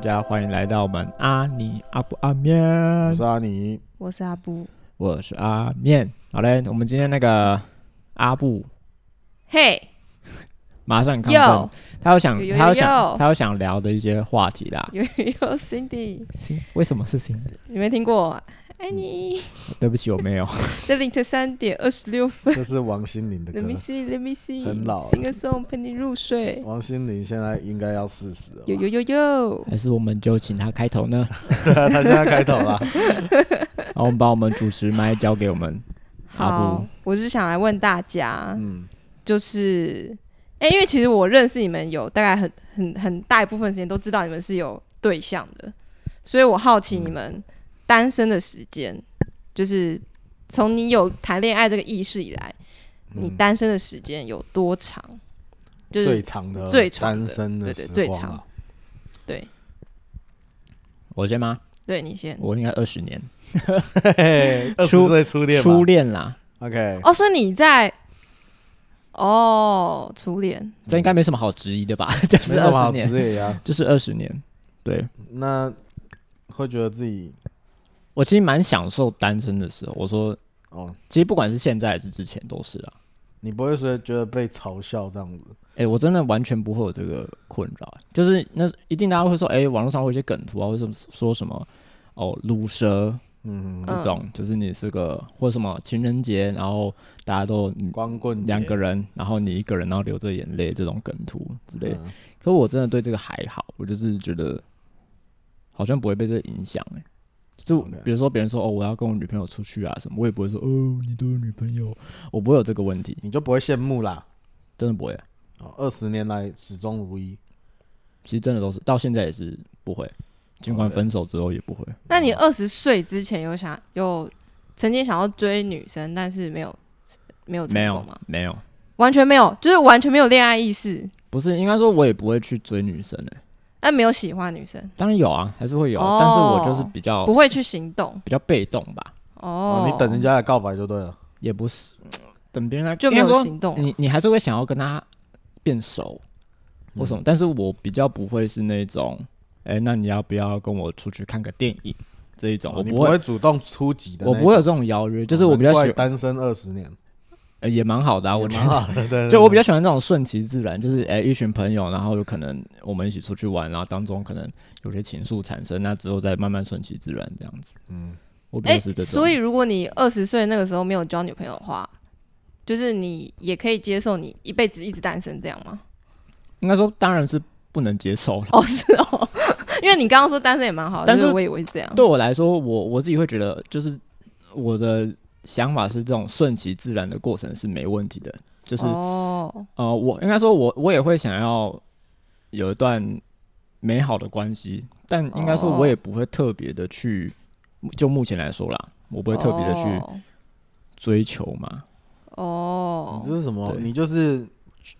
家欢迎来到我们阿尼阿布阿我面，是阿尼，我是阿布。我是阿面。好嘞，我们今天那个阿布嘿，马上亢奋哟，他有想有有他有有想他有想聊的一些话题啦。有有 Cindy，新为什么是新的？你没听过？爱你。对不起，我没 有。在凌晨三点二十六分这是王心凌的歌，Let。me see，Let me see，很老了 Sing a song 陪你入睡。王心凌现在应该要四十了吧，有 有有有，还是我们就请他开头呢？他啊现在开头 了。然后我们把我们主持麦交给我们。阿好布，我是想来问大家，嗯，就是，哎、因为其实我认识你们有大概很很很大一部分时间都知道你们是有对象的，所以我好奇你嗯们单身的时间，就是从你有谈恋爱这个意识以来，你嗯单身的时间有多长？就嗯最是长的最长的单身的对对时最光啊长对我先吗？对，你先我应该二十年嘿嘿，二十初岁初恋嘛初恋嗯啦， ，OK，哦，所以你在哦初恋，这应该没什么好质疑的 吧？就是二十年，恋呀。就是二十年。对， 那会觉得自己我其实蛮享受单身的时候。我说，哦，其实不管是现在还是之前都是啦。你不会说觉得被嘲笑这样子？哎、我真的完全不会有这个困扰，就是那一定大家会说，哎、网络上会有一些梗图啊，或者说什么哦，撸蛇嗯，这种，就是你是个或什么情人节，然后大家都嗯光棍节两个人，然后你一个人，然后流着眼泪这种梗图之类的。嗯可我真的对这个还好，我就是觉得好像不会被这个影响哎、就 OK 比如说别人说哦我要跟我女朋友出去啊什么，我也不会说哦你都有女朋友，我不会有这个问题，你就不会羡慕啦。真的不会。哦，二十年来始终如一，其实真的都是到现在也是不会，尽管 OK 分手之后也不会。那你二十岁之前有想有曾经想要追女生，但是没有没有成没有功吗？没有，完全没有，就是完全没有恋爱意识，不是应该说我也不会去追女生哎、但没有喜欢女生，当然有啊，还是会有啊，哦但是我就是比较不会去行动。比较被动吧，哦，哦，你等人家来告白就对了。也不是等别人来就没应该说有行动了。啊你你还是会想要跟他变熟或嗯什么，但是我比较不会是那种，哎、那你要不要跟我出去看个电影这一种，哦我你不不会主动出击的那我种，不会有这种邀约，就是我比较难怪喜欢，单身二十年，呃也蛮好的、啊，我觉蛮得。好的对 对就我比较较喜欢这种顺其自然，就是哎、一群朋友，然后有可能我们一起出去玩，然后当中可能有些情愫产生，那之后再慢慢顺其自然这样子。嗯，我比哎、较是这种。所以如果你二十岁那个时候没有交女朋友的话，就是你也可以接受你一辈子一直单身这样吗？应该说，当然是不能接受了。 哦，是哦，因为你刚刚说单身也蛮好的，但是就是我以为是这样。哦对我来说，我我自己会觉得，就是我的想法是这种顺其自然的过程是没问题的。就是、哦，呃，我应该说我，我也会想要有一段美好的关系，但应该说，哦我也不会特别的去，就目前来说啦，我不会特别的去哦追求嘛。哦你这是什么？对你就是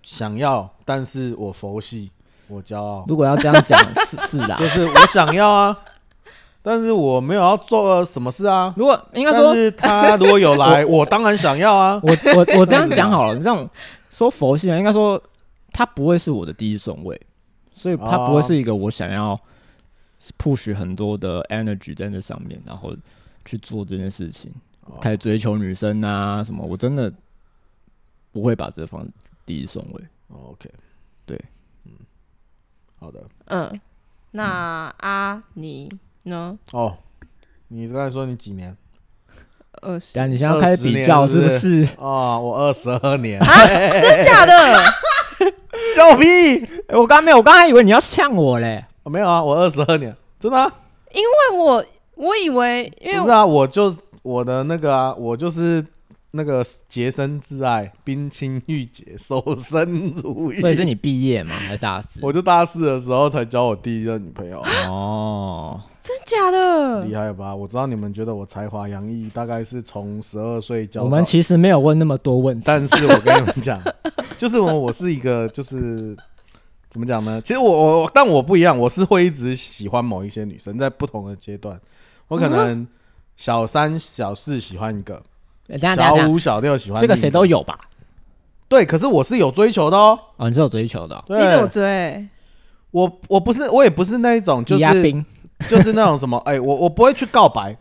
想要，但是我佛系，我骄傲，哦如果要这样讲，是是啦。就是我想要啊，但是我没有要做什么事啊。 如果 应该但说，是他如果 有来，我当然想要啊。我 我我这样讲好了，这种说佛系啊，应该说他不会是我的第一顺位，所以他不会是一个我想要 push 很多的 energy 在那上面，然后去做这件事情，开始追求女生啊什么，我真的不会把这放第一顺位。哦 OK，对，嗯，好的。嗯，那阿尼呢？哦，你刚才说你几年？二十但你现在要开始比较是不20是？哦，我二十二年。啊真假的？笑屁！我刚没有，我刚还以为你要呛我嘞。哦没有啊，我二十二年，真的啊。因为我我以为，因为不是啊，我就我的那个啊，我就是那个洁身自爱、冰清玉洁、守身如 玉。所以是你毕业嘛，还是大四？我就大四的时候才交我第一任女 朋友，哦，真假的厉，害吧？我知道你们觉得我才华洋溢，大概是从十二岁交。我们，其实没有问那么多问题。但是我跟你们讲， 就是我我是一个就是。怎么讲呢？其实我我我但我不一样，我是会一直喜欢某一些女生，在不同的阶段，我可嗯能小三、小四喜欢一个，欸等一下等一下小等一五、小六喜欢下，这个另一谁都有吧？对，可是我是有追求的哦。哦，你是有追求的哦、对，你怎么追？我我不是我也不是那一种，就压是冰， 就是那种什么，哎、我我不会去告白，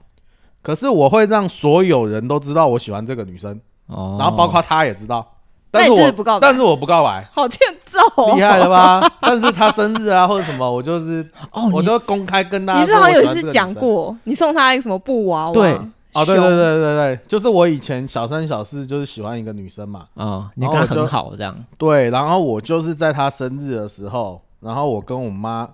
可是我 会让所有人都知道我喜欢这个女生，哦，然后包括她也知道，那但你是就是我不告白但是我不告白，好欠揍、哦，厉害了吧？ 但是她生日啊或者什么，我就是哦，我你都公开跟大家你是说不啊我是好喜欢像这个女有生。一次讲过，你送他一个什么布娃娃？对哦，对熊对对对对，就是我以前小三小四就是喜欢一个女生嘛，啊，你然跟后他我就很好这样，对，然后我就是在她生日的时候，然后我跟我妈，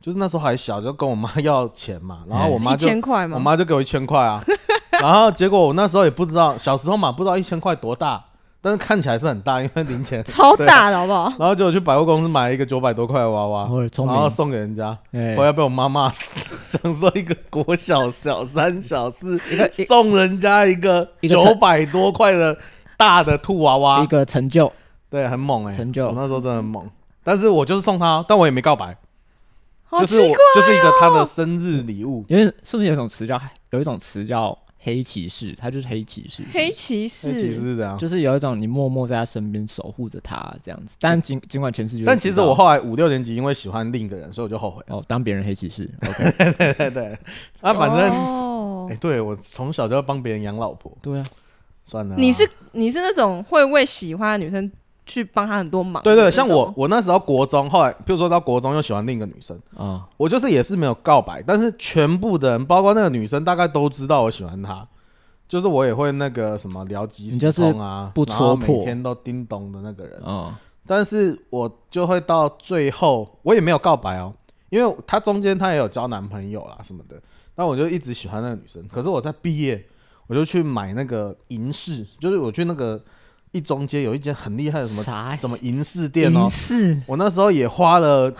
就是那时候还小，就跟我妈 要钱嘛，然后我是妈一就千块我吗？，妈就给我一千块啊， 然后结果我那时候也不知道，小时候嘛不知道一千块多大，但是看起来是很大，因为零钱超大的好不好？ 然后结果去百货公司买了一个九百多块的娃娃，哦聪啊然明后送给人家，哎回来被我妈骂死， 想说一个国小小三小四送人家一个一个九百多块的大的兔娃一娃，个成就，对，很猛哎、成就我那时候真的很猛，但是我就是送他，但我也没告白，好就是奇我怪，哦就是一个他的生日礼物。因为是不是有一种词叫有一种词叫黑骑士，他就是黑骑士，黑骑那哎其实士，是这样，就是有一种你默默在他身边守护着他这样子，但尽尽管全世界都知道，。但其实我后来五六年级因为喜欢另一个人，所以我就后悔哦当别人黑骑士，OK，对对对，啊，反正哎、哦对我从小就要帮别人养老婆，对啊，算了啊。你是你是那种会为喜欢的女生去帮她很多忙的对那种，对，像我我那时候国中，后来譬如说到国中又喜欢另一个女生，啊我就是也是没有告白，但是全部的人，包括那个女生，大概都知道我喜欢她。就是我也会那个什么聊即你就时是通啊，不然后戳破每天都叮咚的那个人。啊但是我就会到最后，我也没有告白哦，因为她中间她也有交男朋友啦什么的，但我就一直喜欢那个女生。可是我在毕业，我就去买那个银饰，就是我去那个一中街有一间很厉害的什啥么什么银饰店哦仪，式我那时候也花了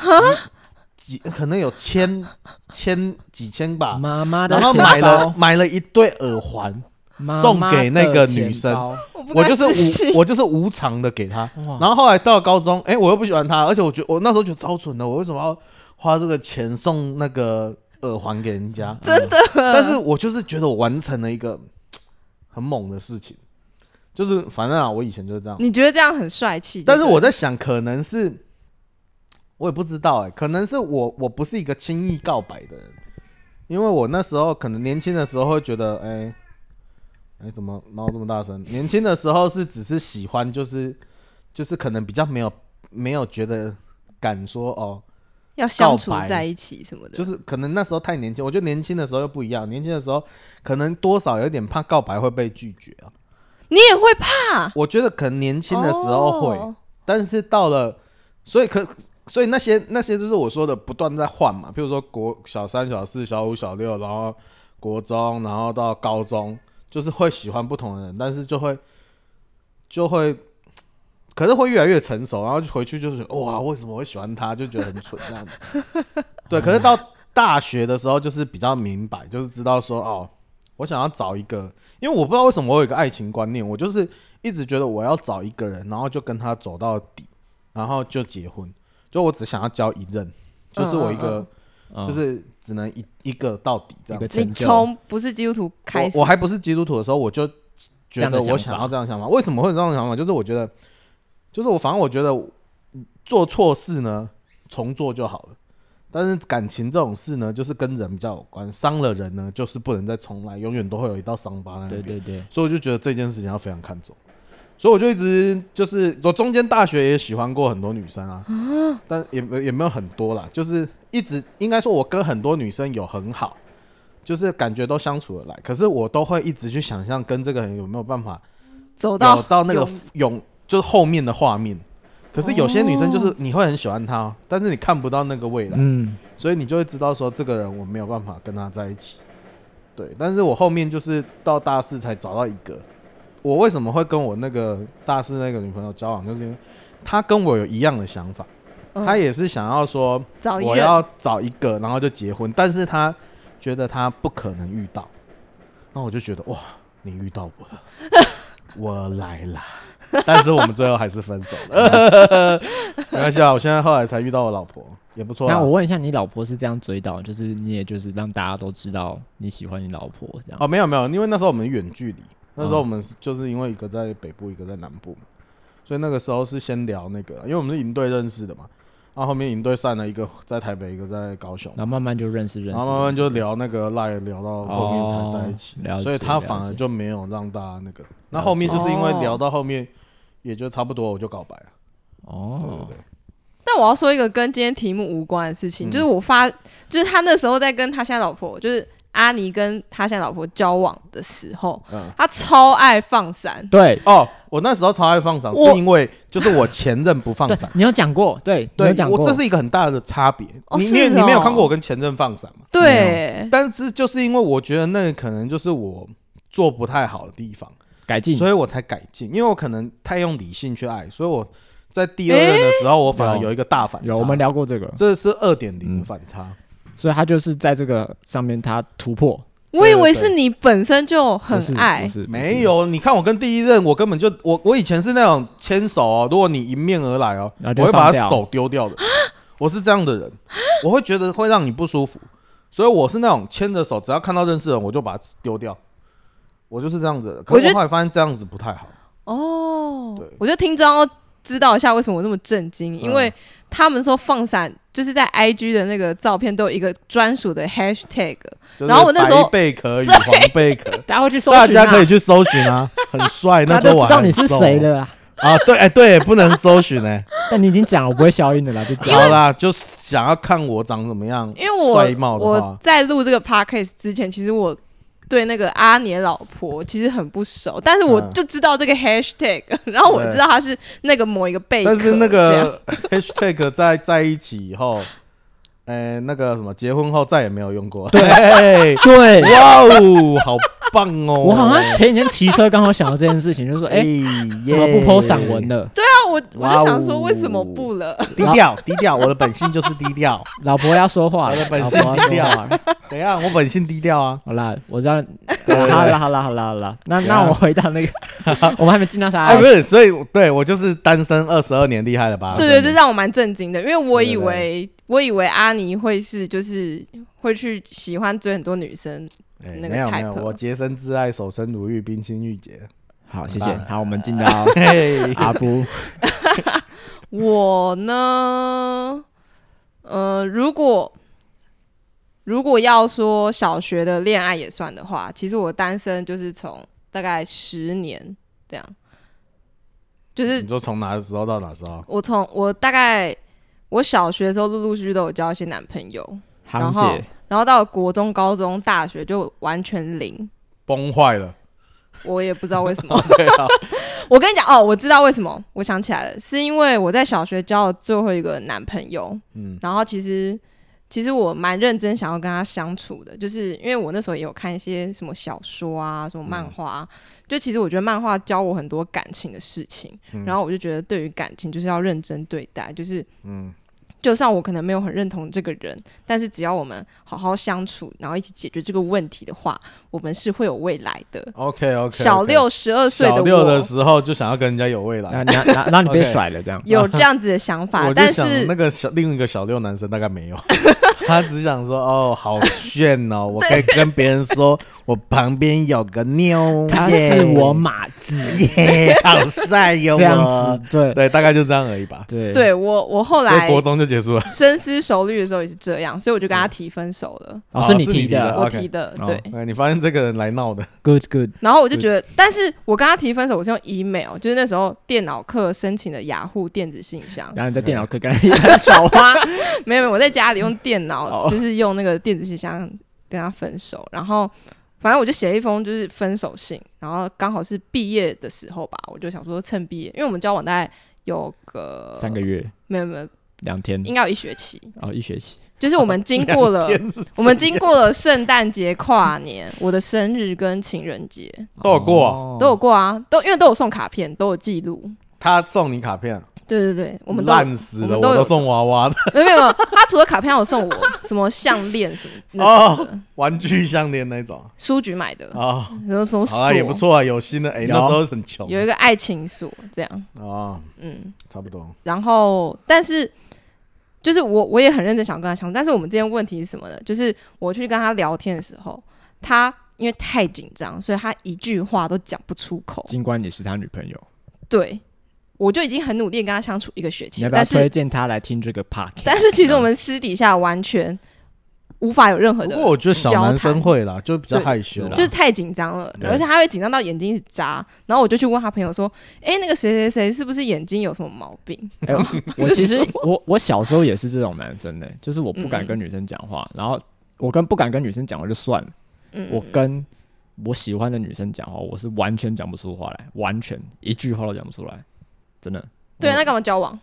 几几，可能有千千几千吧，妈妈的啊然后钱买了包买了一对耳环，妈送妈给那的个钱女生包我不我敢就是置信无我就是无偿的给她。哇然后后来到了高中，哎、我又不喜欢她，而且我觉得我那时候觉得超蠢的，我为什么要花这个钱送那个耳环给人家？ 真的，嗯但是我就是觉得我完成了一个很猛的事情，就是反正啊，我以前就是这样。你觉得这样很帅气，但是我在在想，可能是我也不知道哎、可能是我我不是一个轻易告白的人，因为我那时候可能年轻的时候会觉得，哎、哎、怎么猫这么大声？年轻的时候是只是喜欢，就是就是可能比较没有没有觉得敢说哦，要相处告白在一起什么的，就是可能那时候太年轻，我觉得年轻的时候又不一样，年轻的时候可能多少有点怕告白会被拒绝啊，你也会怕。我觉得可能年轻的时候会。哦但是到了，所以可所以那些那些就是我说的不断在换嘛，比如说国小三、小四、小五、小六，然后国中，然后到高中，就是会喜欢不同的人，但是就会就会，可是会越来越成熟，然后就回去就是哇，为什么我会喜欢他，就觉得很蠢这样子。 对，可是到大学的时候就是比较明白，就是知道说哦。我想要找一个，因为我不知道为什么我有一个爱情观念，我就是一直觉得我要找一个人，然后就跟他走到底，然后就结婚。就我只想要交一任，就是我一个，嗯就是只能一一个到底这一样个。你成就，从不是基督徒开始我我，还不是基督徒的时候，我就觉得这样的想法我想要这样想法。为什么会有这样的想法？就是我觉得，就是我反正我觉得嗯做错事呢，重做就好了。但是感情这种事呢，就是跟人比较有关，伤了人呢，就是不能再重来，永远都会有一道伤疤在那边对。对对，所以我就觉得这件事情要非常看重。所以我就一直就是，我中间大学也喜欢过很多女生啊，但也没也没有很多啦，就是一直应该说，我跟很多女生有很好，就是感觉都相处得来。可是我都会一直去想象跟这个人有没有办法走到有到那个有永就是后面的画面。可是有些女生就是你会很喜欢她哦，但是你看不到那个未来，嗯，所以你就会知道说这个人我没有办法跟他在一起。对，但是我后面就是到大四才找到一个。我为什么会跟我那个大四那个女朋友交往，就是因为她跟我有一样的想法，嗯她也是想要说找一我任要找一个，然后就结婚，但是她觉得她不可能遇到。那我就觉得哇，你遇到我了，我来啦。但是我们最后还是分手了，没关系啊。我现在后来才遇到我老婆，也不错啊。那我问一下，你老婆是这样追到，就是你也就是让大家都知道你喜欢你老婆这样。哦，没有没有，因为那时候我们远距离，那时候嗯我们是就是因为一个在北部，一个在南部嘛，所以那个时候是先聊那个，因为我们是营队认识的嘛，然后后面营队散了一个在台北，一个在高雄然，后慢慢就认识认识，然后慢慢就聊那个赖，聊到后面才在一起哦了，解所以他反了而解就没有让大家那个。那后面就是因为哦聊到后面，也就差不多，我就告白了。对对哦，对，但我要说一个跟今天题目无关的事嗯情，就是我发，就是他那时候在跟他现在老婆，就是阿尼跟他现在老婆交往的时候，嗯。他超爱放闪，对哦，我那时候超爱放闪，我是因为就是我前任不放对闪，，你有讲过，对， 你对有讲我过，这是一个很大的差别。哦你是你也你没有哦看过我跟前任放闪嘛？对，但是就是因为我觉得那个可能就是我做不太好的地方，改进，所以我才改进，因为我可能太用理性去爱，所以我在第二任的时候，我反而有有一个大反差。有我们聊过这个，这是二点零的嗯反差，所以他就是在这个上面他突破，我以为是你本身就很不是爱不，是不是没有。你看我跟第一任，我根本就我我以前是那种牵手哦，如果你迎面而来哦，然后就我会把放掉手丢掉的。我是这样的人，我会觉得会让你不舒服，所以我是那种牵着手，只要看到认识的人，我就把它丢掉。我就是这样子的人，可我是觉我得后来发现这样子不太好。哦对，嗯我就听众要知道一下为什么我这么震惊，因为他们说放闪就是在 IG 的那个照片都有一个专属的 hashtag，就是然后我那时候白贝壳与黄贝壳， 大家会去搜寻大啊，家可以去搜寻啊，很帅。那大时家候都我知道还你是很瘦谁了啊，啊？对，哎，对，不能搜寻哎。但你已经讲了，我不会消音的啦，就这好样。啦，就想要看我长怎么样，因为我帅貌的我话，在录这个 podcast 之前，其实我对那个阿年老婆其实很不熟，但是我嗯就知道这个 hashtag，、然后 我知道她是那个某一个贝壳，但是那这样个 hashtag 在在一起以后，哎，那个什么，结婚后再也没有用过。对，对， 哇哦，好棒哦！我好像前几天骑车刚好想到这件事情，就 说哎、怎么不剖散文？了？那我我哇哦就想说为什么不了？低调，低调，我的本性就是低调。老婆要说话我了，的本老性婆要低说调啊话了。怎样？我本性低调啊。好啦，我知道，对对对好啦好啦好啦好啦，那对啊那我回到 那个，我们还没进到他哎，不是，所以对我就是单身二十二年，厉害了吧？对对，这让我蛮震惊的，因为我啊对对以为我以为阿尼会是就是会去喜欢追很多女生，哎那个没有没有， type 我洁身自爱，守身如玉，冰心玉洁。好，谢谢很。棒好，我们 进到嘿，阿布，我呢，呃，如果如果要说小学的恋爱也算的话，其实我单身就是从大概十年这样，就是你说从哪时候到哪时候？我从我大概我小学的时候陆陆续续都有交一些男朋友，航然后姐，然后到了国中、高中、大学就完全零，崩坏了。我也不知道为什么。 对啊， 我跟你讲哦，我知道为什么，我想起来了，是因为我在小学交了最后一个男朋友，嗯然后其实其实我蛮认真想要跟他相处的，就是因为我那时候也有看一些什么小说啊，什么漫嗯画、啊，就其实我觉得漫画教我很多感情的事情，嗯然后我就觉得对于感情就是要认真对待，就是嗯，就算我可能没有很认同这个人，但是只要我们好好相处，然后一起解决这个问题的话，我们是会有未来的。 OK OK。小六十二岁小的六我，的时候就想要跟人家有未来然，后你然后然后你被 OK 甩了这样，有这样子的想法， 我就但想是那个小另一个小六男生大概没有， 他只想说哦，好炫 哦，我可以跟别人说我旁边有个妞， 他耶是我马 子耶，好帅哟，这样子，对我。 对，大概就这样而已吧。对对我我后所以来国中就结束了，深思熟虑的时候也是这样，所以我就跟他提分手了，哦，哦是你是你提提的的嗯我 OK 提的嗯哦对。 哎你发现这个人来闹的， ，good good，然后我就觉得，但是我跟他提分手，我是用 email，就是那时候电脑课申请的雅虎电子信 箱，然后你在电脑课跟他耍花， 没有没有，我在家里用电脑，哦就是用那个电子信箱跟他分手，然后反正我就写了一封就是分手信，然后刚好是毕业的时候吧，我就想说趁毕业，因为我们交往大概有个三个，月没有没有，两天应该有一学期，哦，一学期，就是我们经过了。天是我们经过了圣诞节、跨年、我的生日跟情人节，都有过哦都有过啊，都因为都有送卡片，都有记录。他送你卡片，对对对，我们都烂死了，我们我都有都送娃娃的 没有没有，没有他除了卡片，还有送我什么项链什么那种的，玩具项链那种书局买的，啊，什么什么好啊，也不锁，错啊，有心的，哎，那有时候很穷有一个爱情锁这样，啊，嗯，差不多，然后但是。就是我，我也很认真想跟他相处，但是我们之间问题是什么呢？就是我去跟他聊天的时候，他因为太紧张，所以他一句话都讲不出口。尽管你是他女朋友，对，我就已经很努力地跟他相处一个学你期要了，不要但推是荐他来听这个 podcast？ 但是其实我们私底下完全无法有任何不的过哦我觉得小男生会啦，就比较害羞啦就。是太紧张了，对而且他会紧张到眼睛一直眨，然后我就去问他朋友说：“哎、那个谁谁谁是不是眼睛有什么毛病 哎、我其实我我小时候也是这种男生呢、就是我不敢跟女生讲话，然后我跟不敢跟女生讲话就算了，？”嗯，我跟我喜欢的女生讲话，我是完全讲不出话来，完全一句话都讲不出来，真的。对，我那干嘛交往？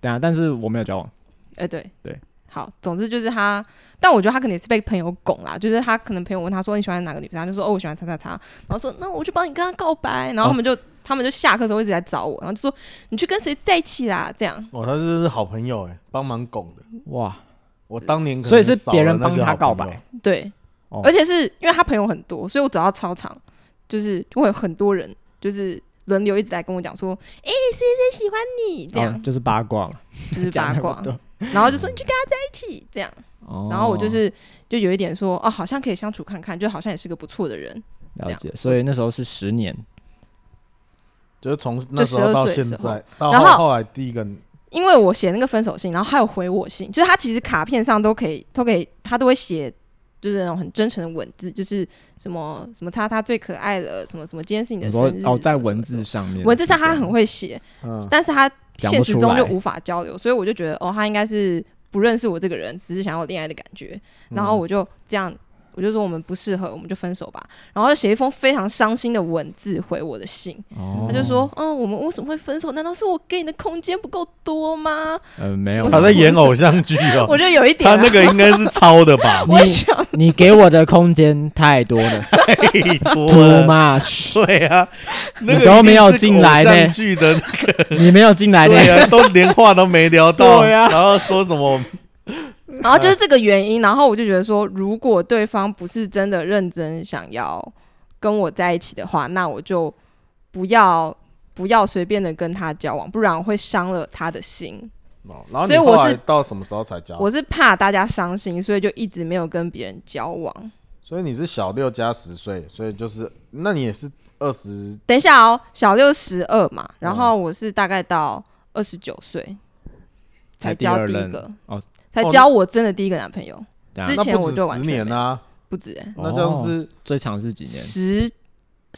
对啊，但是我没有交往，哎、对对。好，总之就是他，但我觉得他可能也是被朋友拱啦，就是他可能朋友问他说你喜欢哪个女生，他就说哦我喜欢叉叉叉，然后说那我就帮你跟他告白，然后他们就、他们就下课的时候一直来找我，然后就说你去跟谁在一起啦，这样哦，他是好朋友哎、帮忙拱的。哇，我当年可能所以是别人少了那帮些他好朋告友白，对，哦而且是因为他朋友很多，所以我走到操场，就是就会有很多人，就是轮流一直在跟我讲说，哎、谁谁喜欢你，这 样、哦就是八卦嘛。就是讲八那么卦多，然后就说你去跟他在一起，这样，哦然后我就是就有一点说，哦，好像可以相处看看，就好像也是个不错的人，了解，所以那时候是十年，就是从那时候到现就12岁的在，到然后后后来第一个因为我写那个分手信，然后还有回我信，就是他其实卡片上都可以，都可以，他都会写，就是那种很真诚的文字，就是什么什么他他最可爱了，什么什么今天是你你的说生日，哦，在什么什么文什字么上面，文字上他很会写，嗯，但是他讲现不实出中就来无法交流，所以我就觉得哦，他应该是不认识我这个人，只是想要有恋爱的感觉。嗯然后我就这样，我就说我们不适合，我们就分手吧。然后就写一封非常伤心的文字回我的信，哦，他就说：“嗯，我们为什么会分手？难道是我给你的空间不够多吗呃没有，他在演偶像剧？”哦我，就有一点他啊、那个应该是抄的 吧？你你给我的空间太多了太，too 多哎了。 much， 对啊，那你个都一定没有是进偶来呢像剧 的你没有进哎来对的，啊，都连话都没聊到，对啊然后说什么然后就是这个原因，然后我就觉得说，如果对方不是真的认真想要跟我在一起的话，那我就不要不要随便的跟他交往，不然会伤了他的心。哦然后所以你我后来是到什么时候才交？我是怕大家伤心，所以就一直没有跟别人交往。所以你是小六加十岁，所以就是，那你也是二十等一下哦，小六十二嘛，然后我是大概到二十九岁才才第交二第一任个，哦才哦交我真的第一个男朋友，等之下那前不我止就完十全年啊，不止、欸、那这样是哦最长是几年？十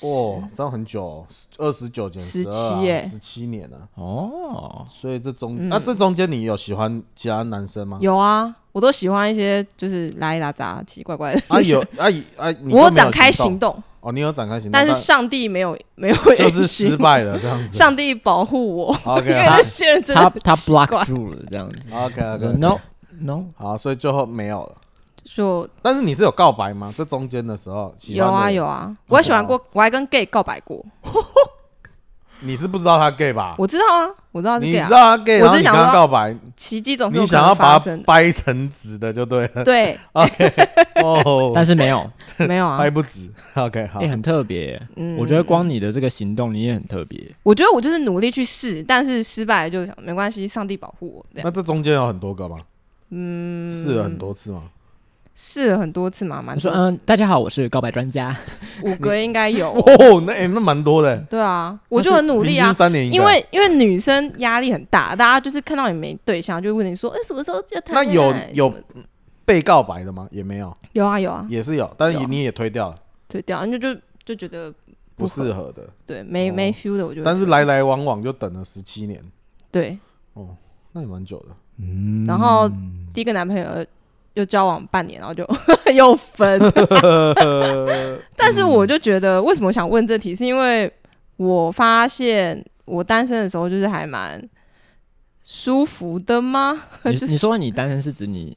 哦，这样很久哦，二十九减17耶十七年啊，哦，所以这中嗯那这中间你有喜欢其他男生吗？有啊，我都喜欢一些就是拉一拉杂、奇奇怪怪的。啊 有啊以啊，你都没我有展开行行动动，哦，你有展开行动，但是上帝没有 没有但就允是许失败了这样子。 上帝保护我，因 OK 为啊那些人真的他很他奇怪 block 住了这样子 OK 我 OK 说，no no，好，所以最后没有了。就但是你是有告白吗？这中间的时候喜有欢的啊人有啊，我还喜欢过，我还跟 gay 告白过，你是不知道他 gay 吧？我知道啊，我知道是你 gay 知啊，道他 gay，我然后只你想跟他说告白，奇迹总是有你可想要能发把生它的，掰成直的就对 了。 对， OK，哦，但是是没有，没有啊掰，不直。OK，好 哎，，很特别。嗯，我觉得光你的这个行动，你也很特别。我觉得我就是努力去试，但是失败了就想没关系，上帝保护我，这那样这中间有很多个吗？啊嗯试了很多次吗？试了很多次嘛，蛮他说多：“嗯次，，大家好，我是告白专家。嗯五个应该有，哦，那哎，那蛮多的。对啊，我就很努力平啊均，三年一个因为因为女生压力很大，大家就是看到你没对象，就会问你说，哎、什么时候要谈那恋有爱？有嗯什么的被告白的吗？也没有，有啊有啊，也是有，但是有你也推掉了，对掉，就就就觉得不合适合的。对没、哦没 feel 的，我就但是来来往往就等了十七年，对，那也蛮久的。”嗯然 后第一个男朋友又交往半年，然后就 又 分，但是我就觉得为什么想问这题，是因为我发现我单身的时候就是还蛮舒服的吗？你就是你说你单身是指你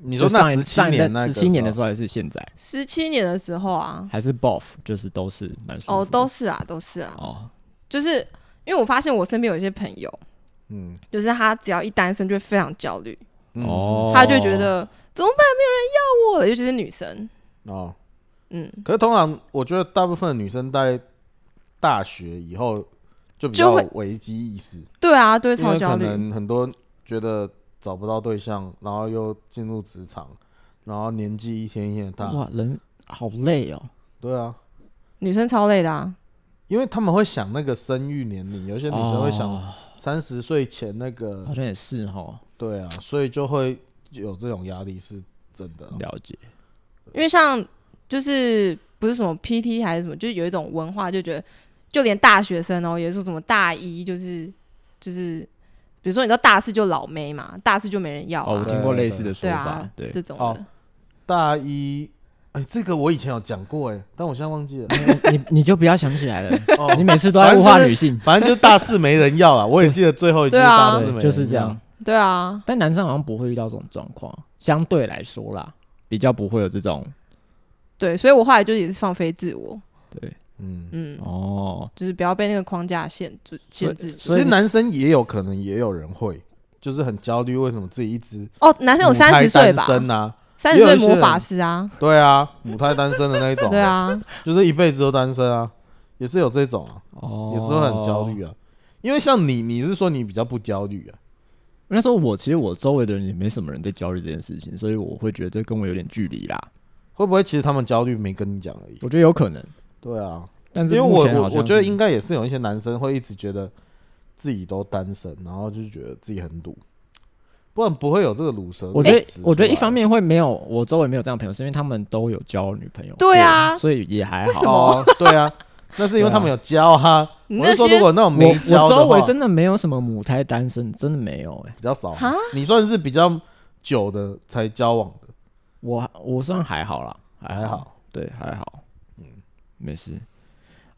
你你说那上一十七上一年那任个十七年的时时候还是现在，十七年的时候啊，还是 both，就是都是蛮舒服哦，的都是啊，都是啊，哦，就是因为我发现我身边有一些朋友，候，嗯，就是他只要一单身就会非常焦虑，嗯哦他就觉得怎么办，没有人要我了，尤其是女生，哦，嗯，可是通常我觉得大部分的女生在大学以后就比较就会危机意识，对啊，对，因超为焦可虑，能很多觉得找不到对象，然后又进入职场，然后年纪一天一天大，哇，人好累哦。对啊，女生超累的啊，因为他们会想那个生育年龄，有些女生会想哦啊三十岁前那个好，像也是哦哈，对啊，所以就会有这种压力，是真的。了解。因为像就是不是什么 PT 还是什么，就是有一种文化，就觉得就连大学生哦，也说什么大一就是就是，比如说你知道大四就老妹嘛，大四就没人要哦，我啊，听过类似的说对法啊，，对，这种哦的，大一，哎，这个我以前有讲过，哎，但我现在 忘记了。你你就不要想起来 了，哦你每次都在物化女性，反正就是大四没人要啊，我也记得最后一句是对啊大四没人对，要就是这样。。对啊，但男生好像不会遇到这种状况，相对来说啦，比较不会有这种对，所以我后来就也是放飞自我，对嗯，嗯，哦，就是不要被那个框架限制限制住。其实男生也有可能也有人会，就是很焦虑，为什么自己一直哦，男生有母胎三十岁吧单？身啊，三十也有岁一些魔人法师啊，对啊，母胎单身的那一种，对，啊，就是一辈子都单身啊，也是有这种啊，哦也是会很焦。虑啊。因为像你，你是说你比较不焦虑啊？那时候我其实我周围的人也没什么人在焦虑这件事情，所以我会觉得这跟我有点距离啦。会不会其实他们焦虑没跟你讲而已？我觉得有可能，对啊，但因是为目我前我好像我觉得是应该也是有一些男生会一直觉得自己都单身，然后就是觉得自己很鲁，不然不会有这个鲁蛇。我觉得我觉得一方。面会没有我周围没有这样的朋友，是因为他们都有交女朋友，对啊所以也还好。为什么哦，对啊，那是因为他们有教哈。你我那是说，如些果那种我没教我的周围话，真的没有什么母胎单身，真的没有哎、比较少哈。你算是比较久的才交往的，我我算还好啦，还好。对，还好，嗯，没事。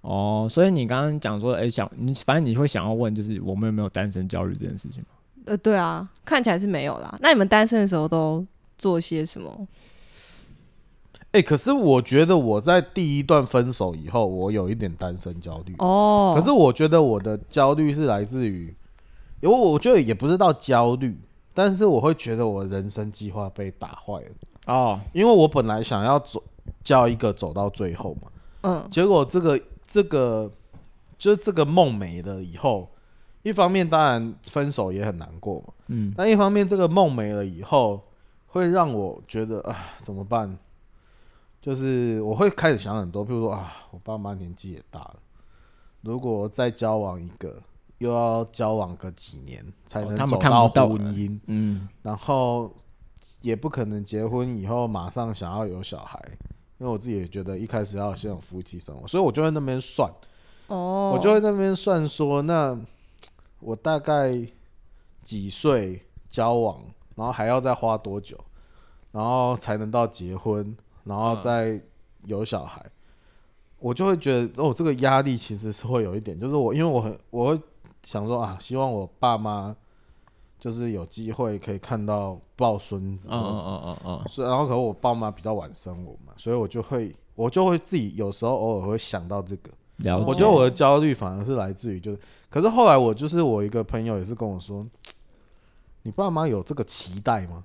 哦，所以你刚刚讲说，哎、想你反正你会想要问，就是我们有没有单身焦虑这件事情吗？呃，对啊，看起来是没有啦。那你们单身的时候都做些什么？哎、可是我觉得我在第一段分手以后，我有一点单身焦虑。哦，可是我觉得我的焦虑是来自于，因为我觉得也不是到焦虑，但是我会觉得我人生计划被打坏了，哦，因为我本来想要走交一个走到最后嘛，嗯，结果这个这个就是这个梦没了以后，一方面当然分手也很难过嘛，嗯，但一方面这个梦没了以后，会让我觉得啊怎么办？就是我会开始想很多，譬如说啊，我爸妈年纪也大了，如果再交往一个，又要交往个几年才哦能他们走看不到婚姻，嗯，然后也不可能结婚以后马上想要有小孩，因为我自己也觉得一开始要有先有夫妻生活，所以我就在那边算，哦，我就会在那边算说，那我大概几岁交往，然后还要再花多久，然后才能到结嗯婚，然后再有小孩，我就会觉得哦，这个压力其实是会有一点，就是我因为我很我会想说啊，希望我爸妈就是有机会可以看到抱孙子嗯或者什么的，嗯嗯嗯所以然后可能我爸妈比较晚生我嘛，所以我就会我就会自己有时候偶尔会想到这个。嗯，了解。我觉得我的焦虑反而是来自于就是，可是后来我就是我一个朋友也是跟我说，你爸妈有这个期待吗？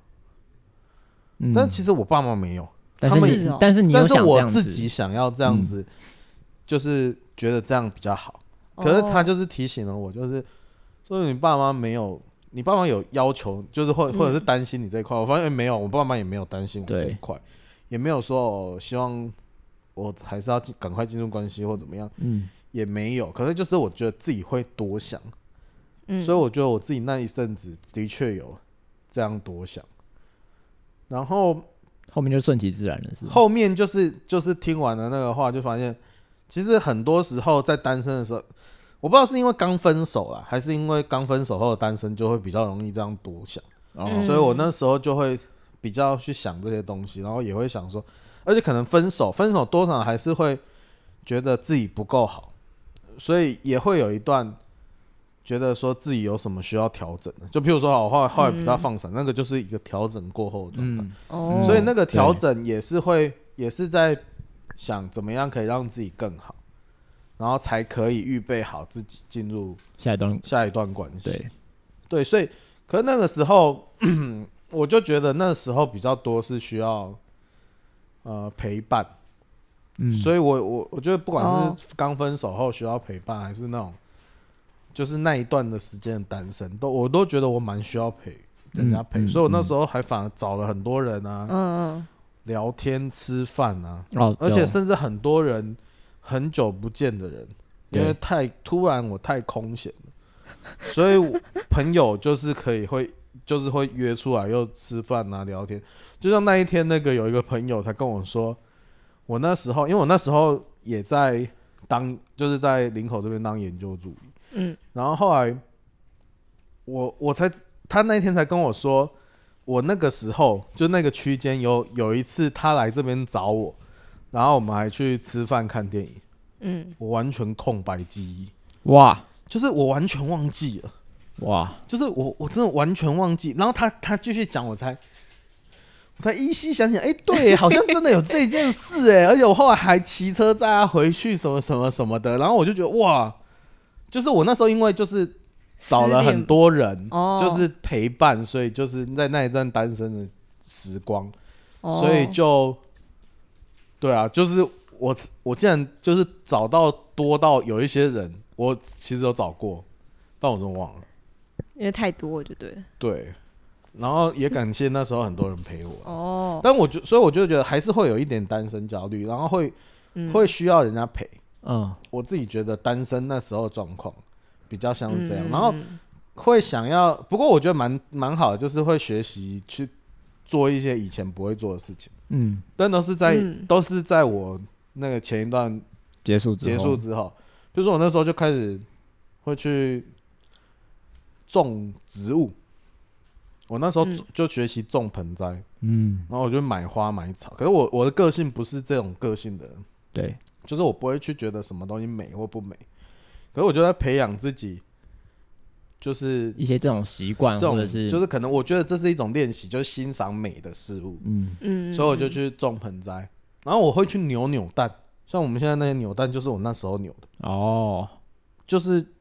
嗯，但其实我爸妈没有，但他是们你但是你有但是想这我样自子嗯己想要这样子，就是觉得这样比较好。可是他哦就是提醒了我，就是说你爸妈没有，你爸妈有要求，就是或嗯或者是担心你这一块。我发现哎没有，我爸妈也没有担心我这一对块，也没有说哦，希望我还是要进赶快进入关系或怎么样，嗯，也没有。可是就是我觉得自己会多想。嗯所以我觉得我自己那一阵子的确有这样多想，然后后面就顺其自然了，是吗？后面就是就是听完了那个话，就发现其实很多时候在单身的时候，我不知道是因为刚分手啦，还是因为刚分手后的单身就会比较容易这样多想，嗯哦所以我那时候就会比较去想这些东西，然后也会想说，而且可能分手分手多少还是会觉得自己不够好，所以也会有一段觉得说自己有什么需要调整的，就譬如说我后来后来比较放闪，那个就是一个调整过后的状态，嗯，哦，所以那个对调整也是会也是在想怎么样可以让自己更好，然后才可以预备好自己进入下一段下一段关系。对，对，所以可是那个时候， 我就觉得那时候比较多是需要呃陪伴，嗯，所以我我我觉得不管哦是刚分手后需要陪伴，还是那种就是那一段的时间的单身，都我都觉得我蛮需要陪人家陪，嗯嗯所以我那嗯时候还反而找了很多人啊，嗯嗯，聊天吃饭啊，以哦，而且有甚至很多人很久不见的人，因为对太突然，我太空闲了，所以我朋友就是可以会就是会约出来又吃饭啊聊天，就像那一天那个有一个朋友才跟我说，我那时候因为我那时候也在当就是在林口这边当研究助理，嗯，然后后来我我才他那一天才跟我说，我那个时候就那个区间有有一次他来这边找我，然后我们还去吃饭看电影，嗯，我完全空白记忆，哇就是我完全忘记了，哇，就是我我真的完全忘记。然后他他继续讲，我才我才依稀想起来，哎、对，好像真的有这件事 哎、而且我后来还骑车载他回去，什么什么什么的。然后我就觉得哇，就是我那时候因为就是找了失恋很多人，哦，就是陪伴，所以就是在那一段单身的时光，哦，所以就对啊，就是我我竟然就是找到多到有一些人，我其实有找过，但我真的忘了。因为太多就对了，对，然后也感谢那时候很多人陪我，哦，但我就所以我就觉得还是会有一点单身焦虑，然后会嗯，会需要人家陪。嗯，我自己觉得单身那时候的状况比较像是这样，嗯然后嗯嗯会想要，不过我觉得蛮蛮好的，就是会学习去做一些以前不会做的事情，嗯，但都是在、嗯都是在我那个前一段结束之结束后之后，比如说我那时候就开始会去种植物，我那时候嗯就就学习种盆栽，嗯，然后我就买花买草，可是我我的个性不是这种个性的人，对，就是我不会去觉得什么东西美或不美，可是我就在培养自己，就是一些这种习惯这或种者是就是可能我觉得这是一种练习，就是欣赏美的事物，嗯嗯，所以我就嗯去种盆栽，然后我会去扭扭蛋，像我们现在那些扭蛋就是我那时候扭的，哦，就是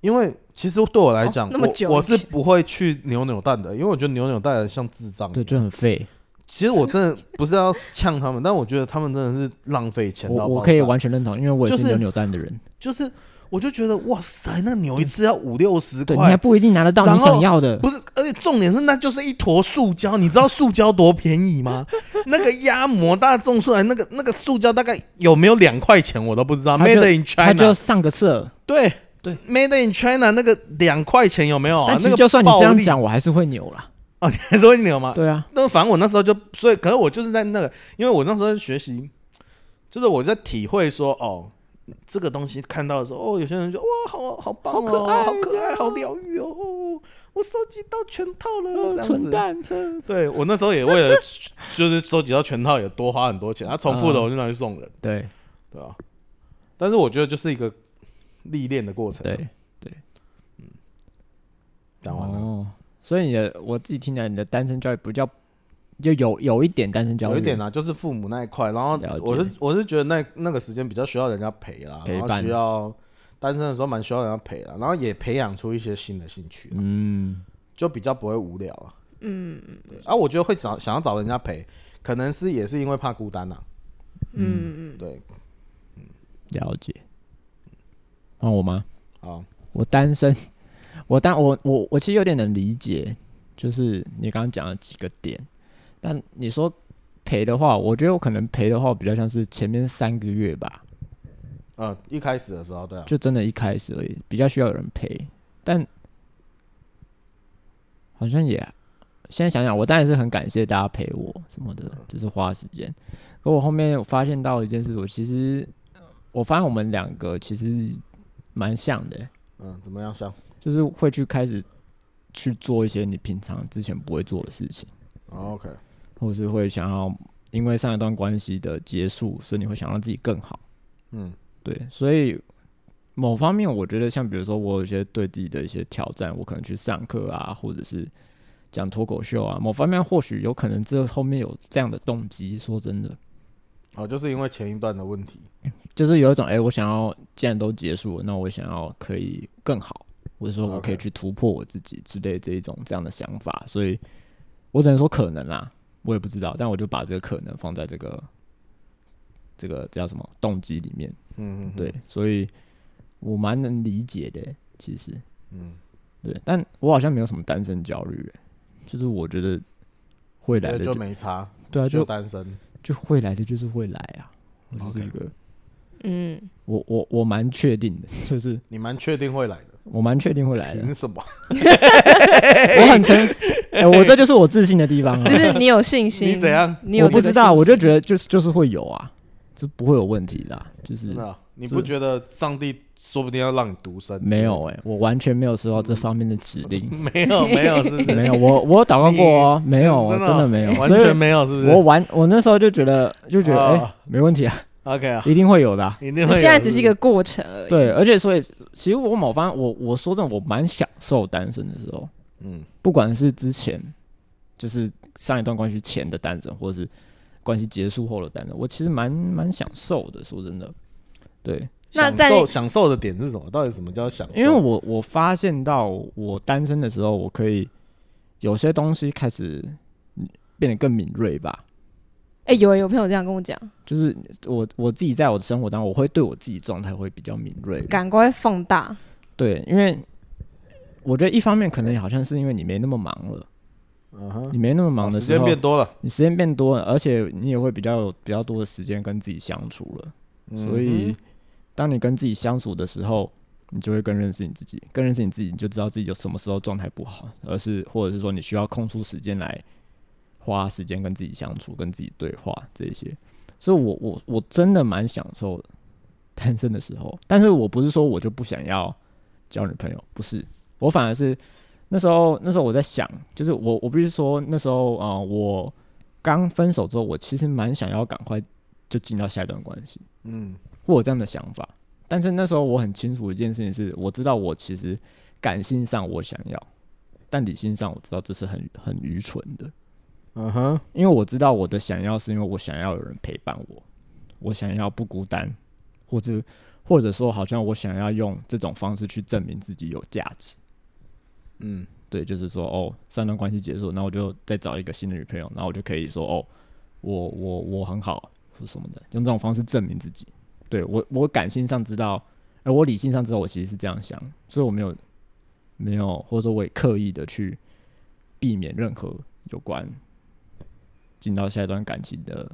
因为其实对我来讲，哦那么久我我是以前不会去扭扭蛋的，因为我觉得扭扭蛋像智障一对，样。就很废。其实我真的不是要呛他们，但我觉得他们真的是浪费钱到我我爆可以炸完全认同，因为我也就是是扭扭蛋的人。就是我就觉得哇塞，那扭一次要五六十对，你还块，不一定拿得到然你后想要的。不是，而且重点是那就是一坨塑胶，你知道塑胶多便宜吗？ 那个压模大家种出来那个那个塑胶大概有没有两块钱我都不知道它就，Made in 他就 China，上个厕，对对，Made in China 那个两块钱有没有啊？但其那实个就算你这暴样利 讲，我还是会扭啦。哦，你还是会扭吗？对啊，那反正我那时候就，所以可是我就是在那个，因为我那时候学习，就是我在体会说，哦，这个东西看到的时候，哦，有些人就哇，好好棒哦，好可爱，好啊疗愈哦，哦我收集到全套了，哦这样哦蠢子。蛋，对我那时候也为了就是收集到全套也多花很多钱，他、重复的嗯我就拿去送人，对对吧、但是我觉得就是一个历练的过程。，对，讲完了，哦，所以你的我自己听起来，你的单身教育不叫，就有有一点单身教育，有一点啊，就是父母那一块，然后了解我是我是觉得那那个时间比较需要人家陪啦，陪伴然后需要单身的时候蛮需要人家陪啦，然后也培养出一些新的兴趣啦，嗯，就比较不会无聊啊。嗯，啊，我觉得会找想要找人家陪，可能是也是因为怕孤单呐、啊嗯嗯对，了解。换我吗？好，我单身， 我单我我我其实有点能理解，就是你刚刚讲的几个点，但你说陪的话，我觉得我可能陪的话比较像是前面三个月吧，呃，一开始的时候，对啊，就真的一开始而已，比较需要有人陪，但好像也现在想想，我当然是很感谢大家陪我什么的，就是花时间。可我后面有发现到一件事，我其实我发现我们两个其实蛮像的欸、嗯，怎么样像？就是会去开始去做一些你平常之前不会做的事情，哦 OK，或是会想要因为上一段关系的结束，所以你会想让自己更好。嗯对，所以某方面我觉得，像比如说我有一些对自己的一些挑战，我可能去上课啊，或者是讲脱口秀啊，某方面或许有可能这后面有这样的动机。说真的，哦，就是因为前一段的问题，就是有一种，哎、我想要，既然都结束了，那我想要可以更好，或者说我可以 OK 去突破我自己之类这一种这样的想法，所以我只能说可能啦，我也不知道，但我就把这个可能放在这个这个叫什么动机里面，嗯嗯，嗯对，，所以我蛮能理解的、其实，嗯，对，但我好像没有什么单身焦虑、欸，就是我觉得会来所的以就就没差，对啊，就就单身，就会来的就是会来啊，我就是 OK 一个嗯，我我我蛮确定的， 就是你蛮确定会来的，我蛮确定会 来的。凭 什么？我 很诚，哎、我这就是我自信的地方、啊。就是你有信心， 你怎样你有我不知道，我就觉 得，得就是就是会有啊，这不会有问题的啊、就是真的啊，你不觉得上帝说不定要让你独身？，没有哎、我完全没有收到这方面的指令 没有，没有，是不是？ 没有，我我有祷告过哦，没有，我真的真哦的没有，完所全以没有，是不是？我完我那时候就觉得就觉得哎、哦没问题啊， OK 啊，一定会有的啊、一定你会有。现在只是一不个过程而已。对，而且所以其实我某方我我说真的，我蛮享受单身的时候，嗯，不管是之前就是上一段关系前的单身，或是关系结束后的单身，我其实蛮蛮享受的。说真的，对，那享在受享受的点是什么？到底什么叫享受？因为我我发现到我单身的时候，我可以有些东西开始嗯变得更敏锐吧。哎、有有朋友这样跟我讲，就是我我自己在我的生活当中，我会对我自己状态会比较敏锐。感官会放大，对，因为我觉得一方面可能好像是因为你没那么忙了，嗯哼你没那么忙哦的时时间候，变多了，你时间变多了，而且你也会比较有比较多的时间跟自己相处了。嗯所以，当你跟自己相处的时候，你就会更认识你自己，更认识你自己，你就知道自己有什么时候状态不好，而是或者是说你需要空出时间来花时间跟自己相处、跟自己对话这一些。所以我，我我真的蛮享受单身的时候，但是我不是说我就不想要交女朋友，不是，我反而是那时候那时候我在想，就是我我必须说那时候啊、呃我刚分手之后，我其实蛮想要赶快就进到下一段关系。嗯会有这样的想法。但是那时候我很清楚一件事情是，我知道我其实感性上我想要，但理性上我知道这是很很愚蠢的，嗯哼，因为我知道我的想要是因为我想要有人陪伴我，我想要不孤单，或者或者说好像我想要用这种方式去证明自己有价值。嗯，对，就是说哦，上段关系结束，那我就再找一个新的女朋友，然后我就可以说哦，我我我很好或什么的，用这种方式证明自己。对我我感性上知道，哎、我理性上知道我其实是这样想，所以我没有没有，或者说我也刻意的去避免任何有关进到下一段感情的。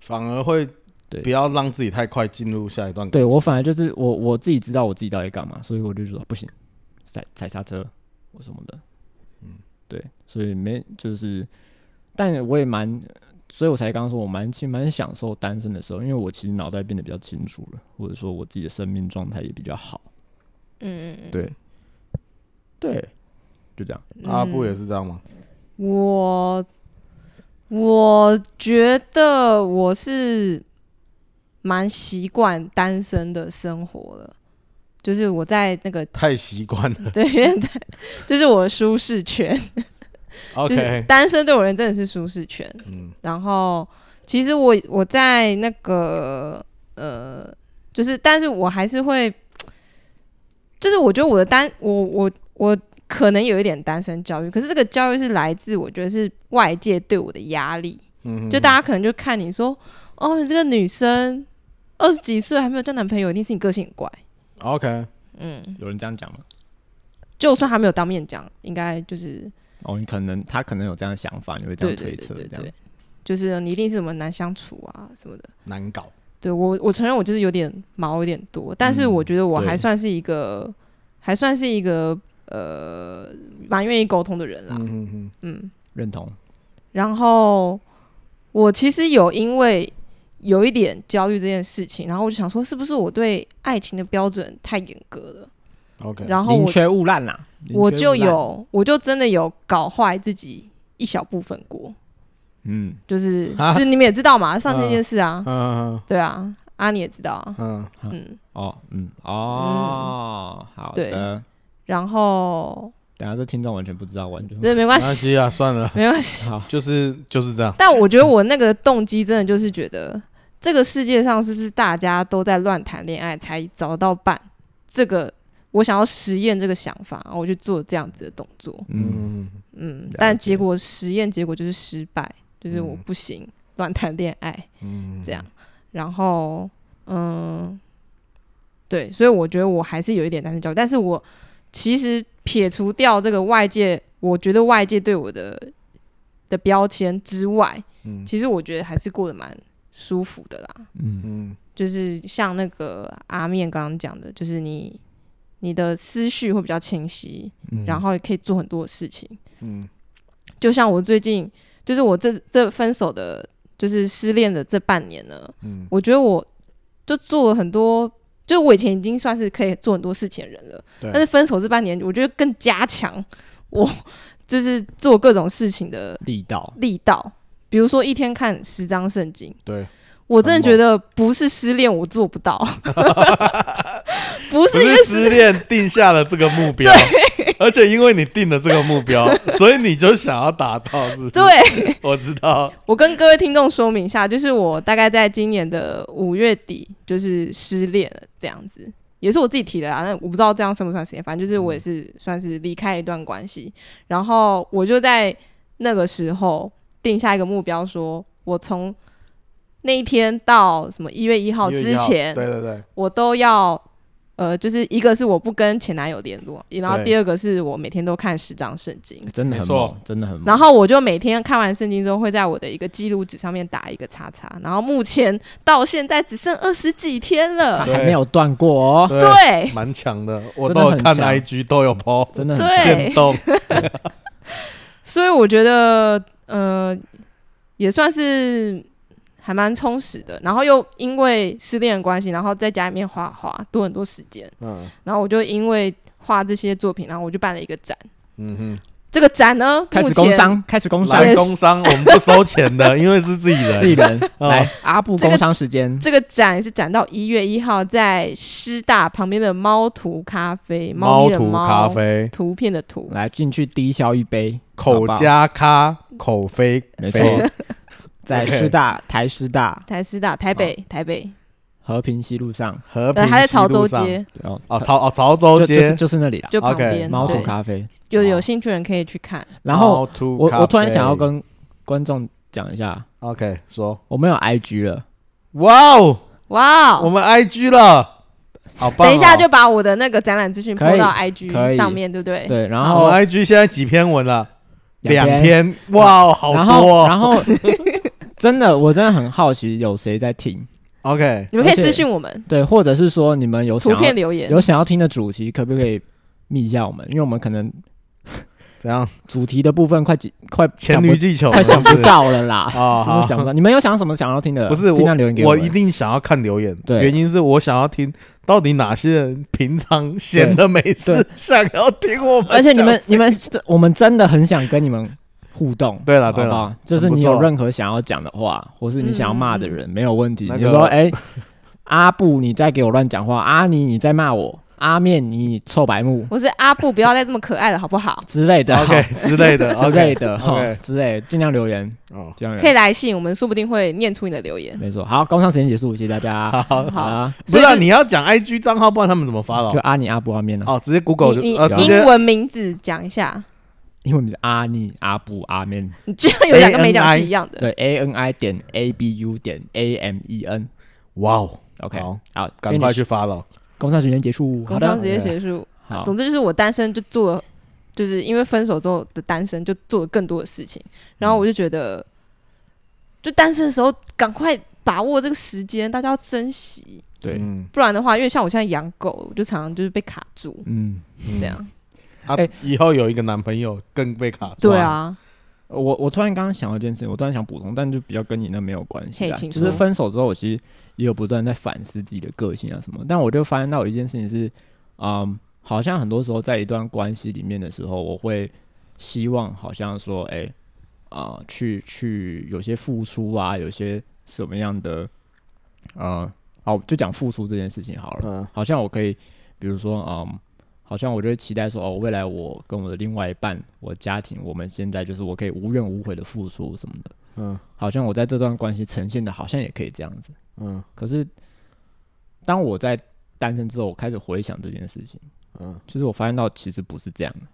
反而会对不要让自己太快进入下一段。对我反而就是我我自己知道我自己到底干嘛，所以我就说不行，踩踩刹车或什么的。嗯嗯，对，所以没就是，但我也蛮，所以我才刚刚说我蛮其实蛮享受单身的时候，因为我其实脑袋变得比较清楚了，或者说我自己的生命状态也比较好。嗯嗯对，对，就这样。嗯。阿布也是这样吗？我我觉得我是蛮习惯单身的生活了，就是我在那个太习惯了。对，就是我的舒适圈， 就是 OK，单身对我而言真的是舒适圈。嗯然后其实我我在那个呃，就是但是我还是会，就是我觉得我的单我我我可能有一点单身焦虑，可是这个焦虑是来自我觉得是外界对我的压力，嗯，就大家可能就看你说，哦，你这个女生二十几岁还没有交男朋友，一定是你个性很怪。 OK，嗯，有人这样讲吗？就算他没有当面讲，应该就是哦，你可能他可能有这样的想法，你会这对样对推对测，对这样对，就是你一定是什么难相处啊什么的。难搞。对我，我承认我就是有点毛有点多，但是嗯我觉得我还对算是一个，还算是一个呃，蛮愿意沟通的人啦。嗯嗯嗯，嗯认同。然后我其实有因为有一点焦虑这件事情，然后我就想说，是不是我对爱情的标准太严格了？ OK，然后宁我缺毋滥啦，宁我缺就毋滥，有，我就真的有搞坏自己一小部分过，嗯，就是、啊就是你们也知道嘛，上次那件事啊，嗯对啊，啊你也知道啊，嗯嗯，哦，嗯，哦，好对的。然后等下这听众完全不知道，完全这没没关关系，系啊，算了， 没关系。好。就是就是这样。但我觉得我那个动机真的就是觉得，这个世界上是不是大家都在乱谈恋爱才找到伴？这个我想要实验这个想法，我就做这样子的动作。嗯，嗯，嗯了，但解结果实验结果就是失败，就是我嗯不行，乱谈恋爱嗯这样。然后，嗯，对，所以我觉得我还是有一点单身焦虑，但是我其实撇除掉这个外界，我觉得外界对我的的标签之外，嗯其实我觉得还是过得蛮舒服的啦。嗯，嗯，就是像那个阿面刚刚讲的，就是你你的思绪会比较清晰，然后也可以做很多的事情。嗯就像我最近，就是我这这分手的，就是失恋的这半年呢，嗯我觉得我就做了很多，就是我以前已经算是可以做很多事情的人了，对但是分手这半年，我觉得更加强 我就是做各种事情的力道力道。比如说一天看十张圣经，对，我真的很觉得不是失恋我做不 到， 不不 是因是为失恋定下了这个目标， 而且因为你定了这个目 标，所以你就想要达到，是不是？，对，我知道，我跟各位听众说明一下，就是我大概在今年的五月底就是失恋了，这样子也是我自己提的啦。那我不知道这样算不算失恋，反正就是我也嗯是算是离开一段关系，然后我就在那个时候定下一个目标说我从那一天到什么一月一号1月之1号前，对对对，我都要。呃，就是一个是我不跟前男友联络，然后对第二个是我每天都看十张圣经，真的没很错猛，真的很然猛。后我就每天看完圣经之后，会在我的一个记录纸上面打一个叉叉。然后目前到现在只剩二十几天他 了，还没有断过哦，对对，蛮强的，我真的都有很看强 IG，都有 PO 真的很对限动，所以我觉得呃也算是嗯还蛮充实的。然后又因为失恋的关系，然后在家里面画画，多很多时间。嗯然后我就因为画这些作品，然后我就办了一个展。嗯哼。这个展呢，开始目工前商，开始工商，来工商，我们不收钱的，因为是自己人。自己 人哦来阿布这个工商时间，这个展是展到一月一号，在师大旁边的猫图咖啡，猫猫咪的涂猫咖啡、图片的图，来进去低消一杯，口好不好加咖、口啡，没错， 在 OK 师大台师大台师大台北台北，和平西路上， 和哦平对，还在西路潮州上街对哦，哦，潮哦潮州就就是街就是那里了，就旁 OK，边，猫土对，咖啡。就有兴趣的人可以去看。然后猫涂我咖啡我突然想要跟观众讲一下， OK 说，我们有 IG 了，哇哦，哇我哦！们 IG 了，好棒哦！等一下就把我的那个展览资讯可以 PO 到可 IG 以上面，对不对？对，然然后后 IG 现在几篇文了，哦两篇，篇，哇哦，好然多后哦。然 后真的我真的很好奇有谁在听， OK，你们可以而且私信我们对，或者是说你们有想图要片留言有，想要听的主题，可不可以密一下我们？因为我们可能怎样？主题的部分快几快黔想不驴技巧，快想是不是。到了啦，哦真的好想不到。你们有想什么想要听的？不是尽量留言给我，们一定想要看留言。对原因是我想要听到底哪些人平常闲的没事对想要听我 们。而 且你们，你们，我们真的很想跟你们互动。对了好不对好了，就是很不你错嗯有任何想要讲的话，或是你想要骂的人，没有问题。那你个说，哎， 阿布你在给我乱讲话，阿尼你在骂我，阿面你臭白目我是阿布，不要再这么可爱了，好不 好？之类的 OK 之类的之类的哈 OK，之类的，尽量留言，哦，尽量留可以言。来信，我们说不定会念出你的留言。没错，好，工商时间结束，谢谢大家。好，好好，啊，不所是以啊就你要讲 IG 账号，不然他们怎么发了就？啊阿尼阿布阿面了，哦，直接 Google 就你呃你直英接文名字讲一下，英文名字阿尼阿布阿面。你这样有两个没讲是一样的。对，A N I 点 A B U 点 A M E N。哇哦， OK，好，好，赶快 finish 去发了。工商时间结束。好工商的，直接结束。好，总之就是我单身就做了，就是因为分手之后的单身就做了更多的事情，然后我就觉得，就单身的时候赶快把握这个时间，大家要珍惜，对，嗯，不然的话，因为像我现在养狗，我就常常就是被卡住嗯，这样。啊哎，以后有一个男朋友更被卡住。对，啊，我我突然刚刚想到一件事情，我突然想补充，但就比较跟你那没有关系啦。嘿请就是说分手之后，我其实也有不断在反思自己的个性啊什么，但我就发现到有一件事情是，嗯，好像很多时候在一段关系里面的时候，我会希望好像说，哎、啊、去去有些付出啊，有些什么样的，呃，哦，就讲付出这件事情好了。嗯好像我可以，比如说，嗯，好像我就会期待说，哦，未来我跟我的另外一半，我家庭，我们现在就是我可以无怨无悔的付出什么的，嗯好像我在这段关系呈现的，好像也可以这样子。嗯可是，当我在单身之后，我开始回想这件事情，嗯就是我发现到其实不是这样的，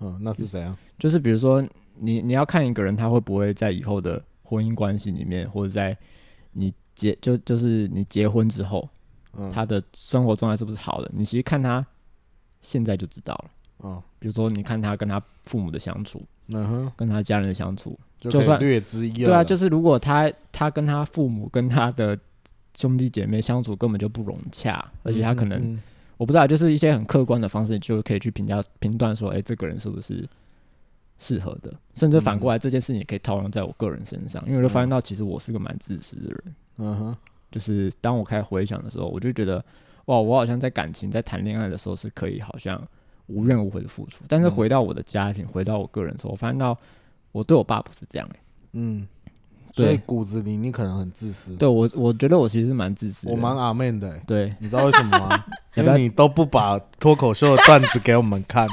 嗯，那是怎样？就是比如说，你你要看一个人他会不会在以后的婚姻关系里面，或者在你结就就是你结婚之后，嗯，他的生活状态是不是好的，你其实看他现在就知道了。哦，比如说，你看他跟他父母的相处，嗯哼，跟他家人的相处。就就可以算略知一二嗯了。对啊，就是如果他他跟他父母跟他的兄弟姐妹相处根本就不融洽，而且他可能、嗯嗯我不知道，就是一些很客观的方式，就可以去评价评断说，哎、这个人是不是适合的？甚至反嗯过来，这件事情也可以套用在我个人身上，因为我就发现到，其实我是个蛮自私的人。嗯哼，就是当我开始回想的时候，我就觉得，哇，我好像在感情、在谈恋爱的时候是可以好像无怨无悔的付出，但是嗯回到我的家庭、回到我个人的时候，我发现到我对我爸不是这样、欸。嗯，对所以骨子里你可能很自私。对我，我觉得我其实是蛮自私的。我蛮阿面的欸，对，你知道为什么 吗？要因不要为你都不把脱口秀的段子给我们 看，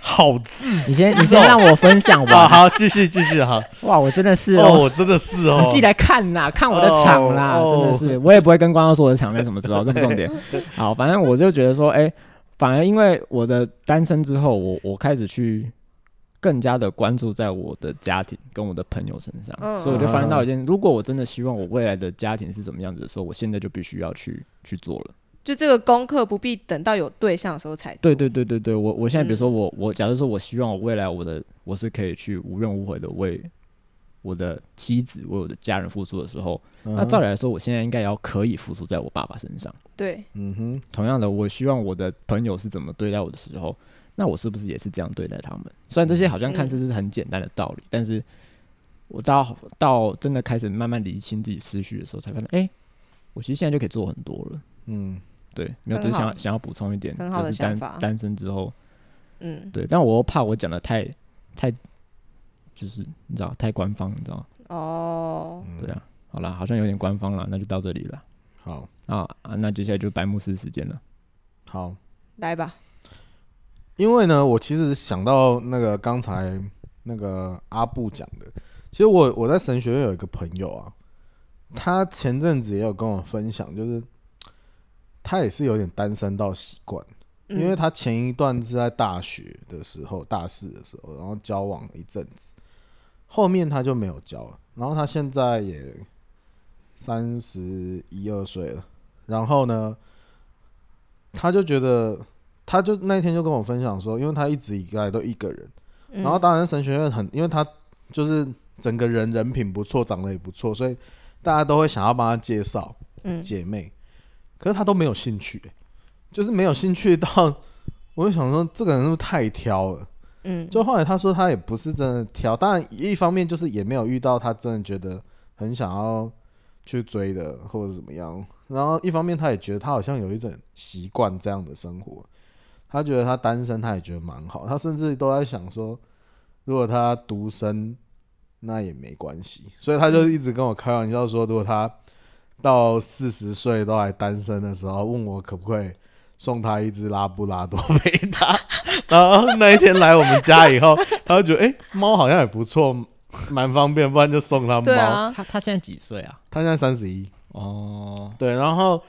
好自 你先你先让我分享 哇！吧。好，继续继续好。哇，我真的是哦，哦，我真的是哦，你自己来看啦，看我的场啦，哦真的是，我也不会跟观众说我的场在什么时候，这不重点。好，反正我就觉得说，哎、反而因为我的单身之后，我我开始去更加的关注在我的家庭跟我的朋友身上，嗯所以我就发现到一件，如果我真的希望我未来的家庭是怎么样子的时候，我现在就必须要去去做了。就这个功课不必等到有对象的时候才对做对对对对，我我现在比如说我、我假如说我希望我未来我的我是可以去无怨无悔的为我的妻子为我的家人付出的时候，嗯哼那照理来说，我现在应该也要可以付出在我爸爸身上。对嗯哼，同样的，我希望我的朋友是怎么对待我的时候，那我是不是也是这样对待他们？虽然这些好像看似是很简单的道嗯理，但是我到到真的开始慢慢理清自己思绪的时候，才发现，哎、我其实现在就可以做很多了。嗯，对，没有，很只是想好要想要补充一点，很好就的是单想法单身之后，嗯对，但我又怕我讲的太太，就是你知道太官方，你知道吗？哦，对啊，好啦，好像有点官方了，那就到这里了好啊啊，那接下来就白牧师时间了。好，来吧，因为呢，我其实想到那个刚才那个阿布讲的，其实我我在神学院有一个朋友啊，他前阵子也有跟我分享，就是他也是有点单身到习惯，嗯因为他前一段是在大学的时候，大四的时候，然后交往了一阵子，后面他就没有交了，然后他现在也三十一二岁了，然后呢，他就觉得，他就那天就跟我分享说，因为他一直以来都一个人，嗯然后当然神学院很，因为他就是整个人人品不错，长得也不错，所以大家都会想要帮他介绍，嗯姐妹，可是他都没有兴趣欸、就是没有兴趣到， 我就想说这个人是不是太挑了？嗯就后来他说他也不是真的挑，当然一方面就是也没有遇到他真的觉得很想要去追的或者怎么样，然后一方面他也觉得他好像有一种习惯这样的生活，他觉得他单身他也觉得蛮好，他甚至都在想说，如果他独身那也没关系，所以他就一直跟我开玩笑说，如果他到四十岁都还单身的时候，问我可不可以送他一只拉布拉多陪他。 然后那一天来我们家以后，他就觉得诶，猫好像也不错，蛮方便，不然就送他猫。对啊，他他现在几岁啊？他现在三十一，哦，对，然后，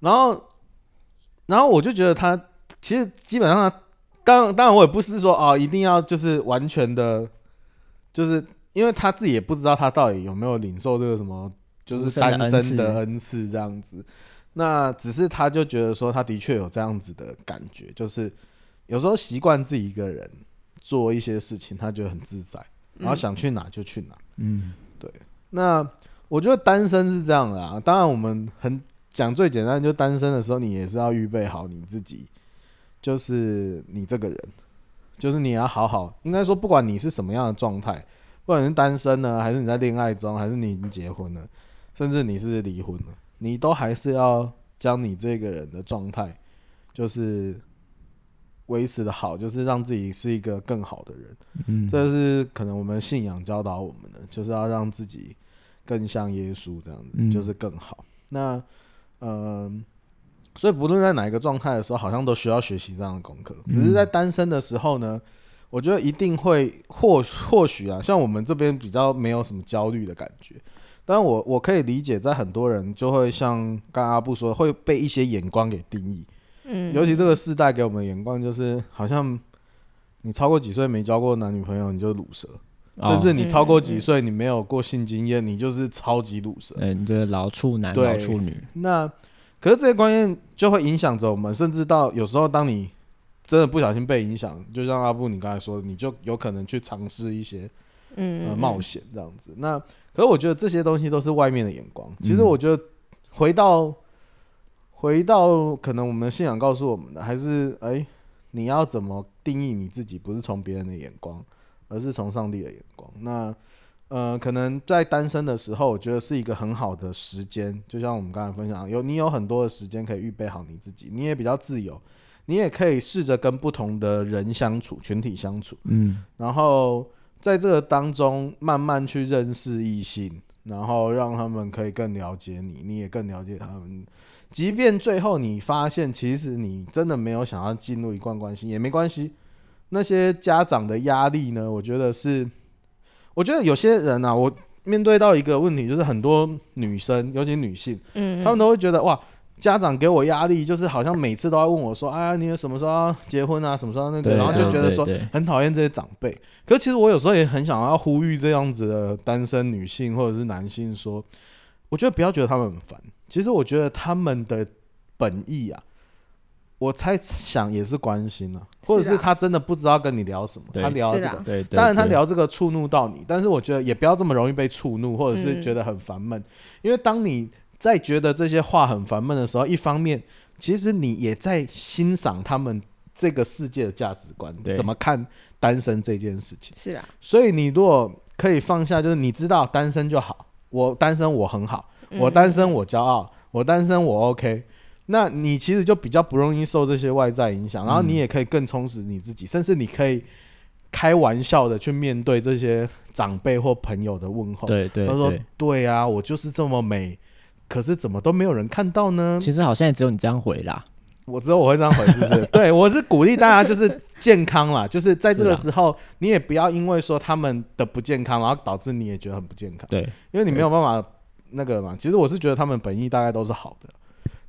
然后，然后我就觉得他其实基本上他，当然当然我也不是说哦，一定要就是完全的，就是因为他自己也不知道他到底有没有领受这个什么，就是单独身身的的恩恩赐这样子。那只是他就觉得说，他的确有这样子的感觉，就是有时候习惯自己一个人做一些事情，他觉得很自在，然嗯后想去哪就去哪。嗯，那我觉得单身是这样的啊，当然我们很讲最简单，就单身的时候，你也是要预备好你自己，就是你这个人，就是你要好好，应该说不管你是什么样的状态，不管你是单身呢，还是你在恋爱中，还是你已经结婚了，甚至你是离婚了，你都还是要将你这个人的状态，就是维持的好，就是让自己是一个更好的人。嗯这是可能我们信仰教导我们的，就是要让自己更像耶稣这样子，嗯就是更好。那嗯、所以不论在哪一个状态的时候，好像都需要学习这样的功课。只是在单身的时候呢，我觉得一定会或或许啊，像我们这边比较没有什么焦虑的感觉。但我我可以理解，在很多人就会像刚刚阿布说的，会被一些眼光给定义。嗯尤其这个世代给我们的眼光就是，好像你超过几岁没交过男女朋友，你就卤蛇；哦甚至你超过几岁你没有过性经验，你就是超级卤蛇。哎，你这个老处男、对老处女，嗯那可是这些观念就会影响着我们，甚至到有时候当你真的不小心被影响，就像阿布你刚才说的，你就有可能去尝试一些嗯呃嗯冒险这样子。那可是我觉得这些东西都是外面的眼光。其实嗯我觉得回到回到可能我们的信仰告诉我们的，还是哎、你要怎么定义你自己，不是从别人的眼光，而是从上帝的眼光。那呃，可能在单身的时候，我觉得是一个很好的时间，就像我们刚才分享，有你有很多的时间可以预备好你自己，你也比较自由，你也可以试着跟不同的人相处，群体相处。嗯然后在这个当中慢慢去认识异性，然后让他们可以更了解你，你也更了解他们。即便最后你发现，其实你真的没有想要进入一段关系，也没关系。那些家长的压力呢？我觉得是，我觉得有些人啊，我面对到一个问题，就是很多女生，尤其女性，嗯，他们都会觉得哇，家长给我压力，就是好像每次都要问我说，啊，你什么时候要结婚啊，什么时候要那个，对然后就对觉得说对对很讨厌这些长辈。可是其实我有时候也很想要呼吁这样子的单身女性或者是男性说，我觉得不要觉得他们很烦，其实我觉得他们的本意啊。我猜想也是关心啊，或者是是啊他真的不知道跟你聊什么，对他聊是这个啦，对对，当然，他对，聊这个触怒到你，但是我觉得也不要这么容易被触怒，或者是觉得很烦闷，因为当你在觉得这些话很烦闷的时候，一方面其实你也在欣赏他们这个世界的价值观，对怎么看单身这件事情。是啦，所以你如果可以放下，就是你知道单身就好，我单身我很好，嗯我单身我骄傲，我单身我 OK。那你其实就比较不容易受这些外在影响，然嗯后你也可以更充实你自己，甚至你可以开玩笑的去面对这些长辈或朋友的问候。对对他说对，：“对啊，我就是这么美，可是怎么都没有人看 到呢？”其实好像也只有你这样回啦，我知道我会这样回，是不 是？对，我是鼓励大家就是健康啦，就是在这个啊时候，你也不要因为说他们的不健康，然后导致你也觉得很不健康，对，因为你没有办法那个嘛。其实我是觉得他们本意大概都是好的。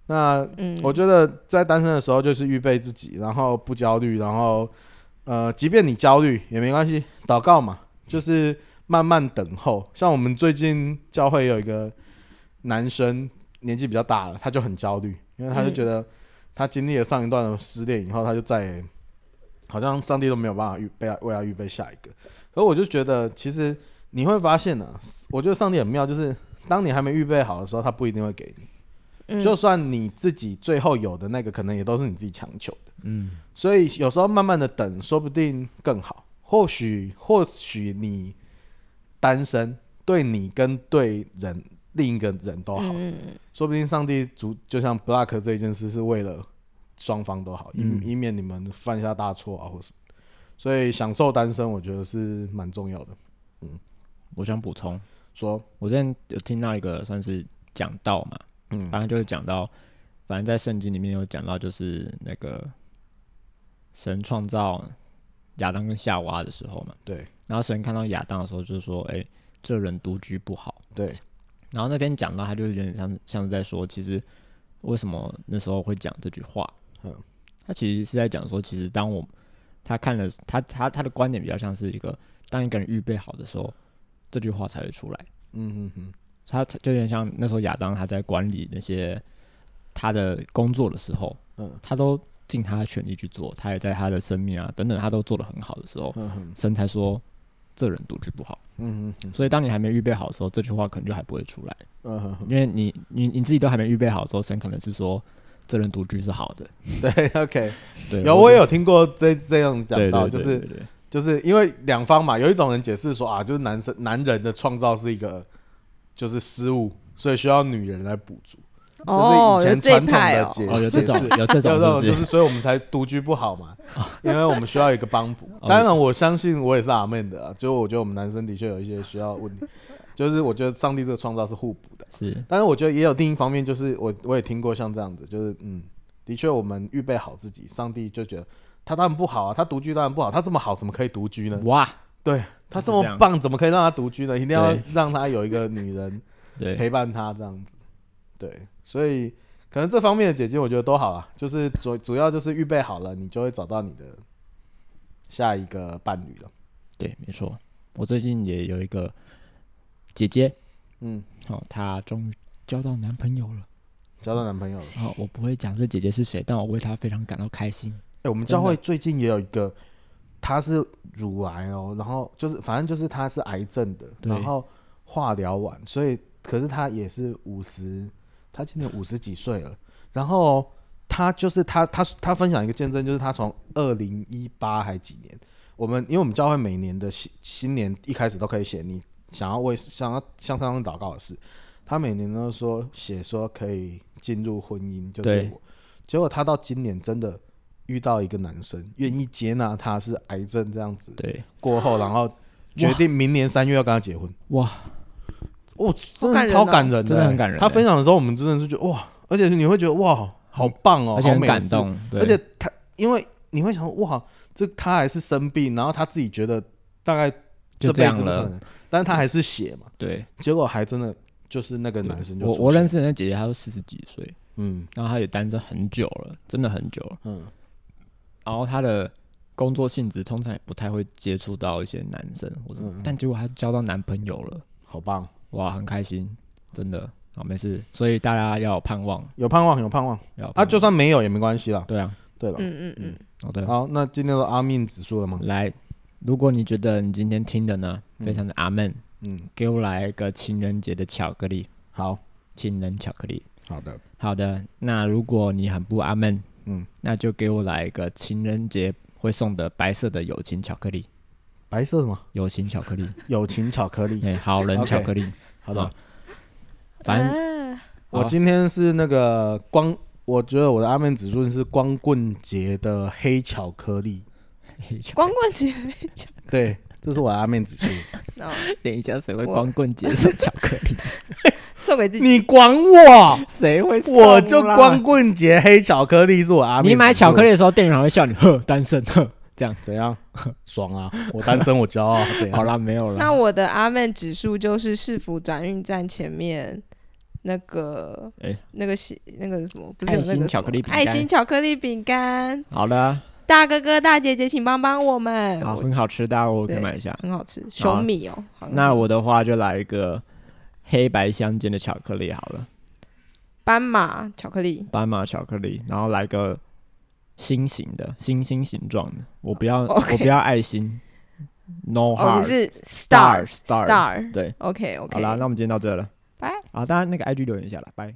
那嗯，我觉得在单身的时候就是预备自己，然后不焦虑，然后呃，即便你焦虑也没关系，祷告嘛，就是慢慢等候。像我们最近教会有一个男生年纪比较大了，他就很焦虑，因为他就觉得他经历了上一段的失恋以后，他就再也好像上帝都没有办法预备为他预备下一个。可我就觉得，其实你会发现呢、啊我觉得上帝很妙，就是当你还没预备好的时候，他不一定会给你。嗯就算你自己最后有的那个，可能也都是你自己强求的。嗯，所以有时候慢慢的等，说不定更好。或许，或许你单身，对你跟对人另一个人都好。嗯嗯说不定上帝主就像 block 这一件事，是为了双方都好，以、嗯以免你们犯下大错啊或什么。所以享受单身，我觉得是蛮重要的。我想补充，说，我之前有听到一个算是讲道嘛，嗯反正就是讲到，反正在圣经里面有讲到，就是那个神创造亚当跟夏娃的时候嘛，对然后神看到亚当的时候，就说：“哎、这人独居不好。”对，然后那边讲到，他就有点像是像是在说，其实为什么那时候会讲这句话？嗯嗯，他其实是在讲说，其实当我他看了他他他的观点比较像是一个，当一个人预备好的时候，这句话才会出来。嗯嗯嗯，他就有点像那时候亚当他在管理那些他的工作的时候，嗯嗯，他都尽他的全力去做，他也在他的生命啊等等，他都做得很好的时候，嗯嗯神才说这人独居不好。嗯嗯所以当你还没预备好的时候，这句话可能就还不会出来，嗯嗯， 因为你你你自己都还没预备好的时候，神可能是说这人独居是好的。对，OK。对，有，我也有听过这这样对讲到，对就对是对对就是因为两方嘛，有一种人解释说啊，就是男生男人的创造是一个就是失误，所以需要女人来补足，这哦，有是以前这一传统派的哦，解哦，有这种 解释有这要让种是就不是？是，所以我们才独居不好 嘛，因为我们需要一个帮补。哦当然，我相信我也是阿妹的、啊，就我觉得我们男生的确有一些需要问题，就是我觉得上帝这个创造是互补的，是但是我觉得也有另一方面，就是我我也听过像这样子，就是嗯，的确我们预备好自己，上帝就觉得他当然不好啊，他独居当然不好，他这么好怎么可以独居呢？哇，他是这这么样棒，怎么可以让他独居呢？一定要对让他有一个女人对陪伴他这样子。对，所以可能这方面的解禁，我觉得都好啊。就是主主要就是预备好了，你就会找到你的下一个伴侣了。对，没错。我最近也有一个姐姐，嗯，哦，她终于交到男朋友了。交到男朋友了。哦，我不会讲这姐姐是谁，但我为她非常感到开心。哎、我们真教的会最近也有一个，他是乳癌哦，然后就是反正就是他是癌症的，对然后化疗完，所以可是他也是五十，他今年五十几岁了，然后哦他就是他他他分享一个见证，就是他从二零一八还几年，我们因为我们教会每年的新新年一开始都可以写你想要为想要向上帝祷告的事，他每年都说写说可以进入婚姻，就是对我，结果他到今年真的。遇到一个男生愿意接纳他是癌症这样子对，过后，然后决定明年三月要跟他结婚。哇，哦，真的是超感人的，真的很感人欸他分享的时候，我们真的是觉得哇，而且你会觉得哇，好棒哦，嗯而且好很美感事，动，对而且他因为你会想说哇，这他还是生病，然后他自己觉得大概就这这辈样子不可了，能，但是他还是写嘛，对。结果还真的就是那个男生就嗯我出我认现，识的那姐姐，她都四十几岁，嗯然后她也单身很久了，真的很久了。嗯，然后她的工作性质通常也不太会接触到一些男生，或者、嗯但结果她交到男朋友了，好棒，哇，很开心，真的。好，没事，所以大家要有盼望，有盼望，有盼望要有啊，盼就望算没有也没关系啦。对啊，对了，嗯嗯嗯，哦对，好，那今天的阿命指数了吗？来，如果你觉得你今天听的呢，非常的阿闷，嗯，给我来一个情人节的巧克力，好情人巧克力。好的，好的，那如果你很不阿闷，嗯，那就给我来一个情人节会送的白色的友情巧克力，白色什么？友情巧克力，友情巧克 力。 哎，好人 OK 巧克力。好的，反正嗯正我今天是那个光，我觉得我的阿面指数是光棍节的黑巧克力。哎光棍节， 对，这是我的阿面指数。哦等一下，谁会我光棍节送巧克力？送给自 己，你管我， 谁会？我就光。棍节黑巧克力是我阿面。你买巧克力的时候，店员还会笑你，呵，单身，呵，这样。怎样？爽啊！我单身，我骄傲。 怎样？好，啦，没有了。那我的阿曼指数就是市府转运站前面那个、哎那个喜那个什么，不是有那爱个心什么巧克力饼干爱心巧克力饼干，好的，大哥哥大姐姐，请帮帮我们，好，哎我很好吃的啊，我可以对买一下。很好吃，熊米哦。好像是那我的话就来一个黑白相间的巧克力好了，斑马巧克力，斑马巧克力，然后来个心形的，星星形状的，我不要 OK 我不要爱心，no 哦，你 heart，、是 Star，Star star，对， OK OK，好啦，那我们今天到这了，拜。好，大家那个 IG 留言一下啦，拜。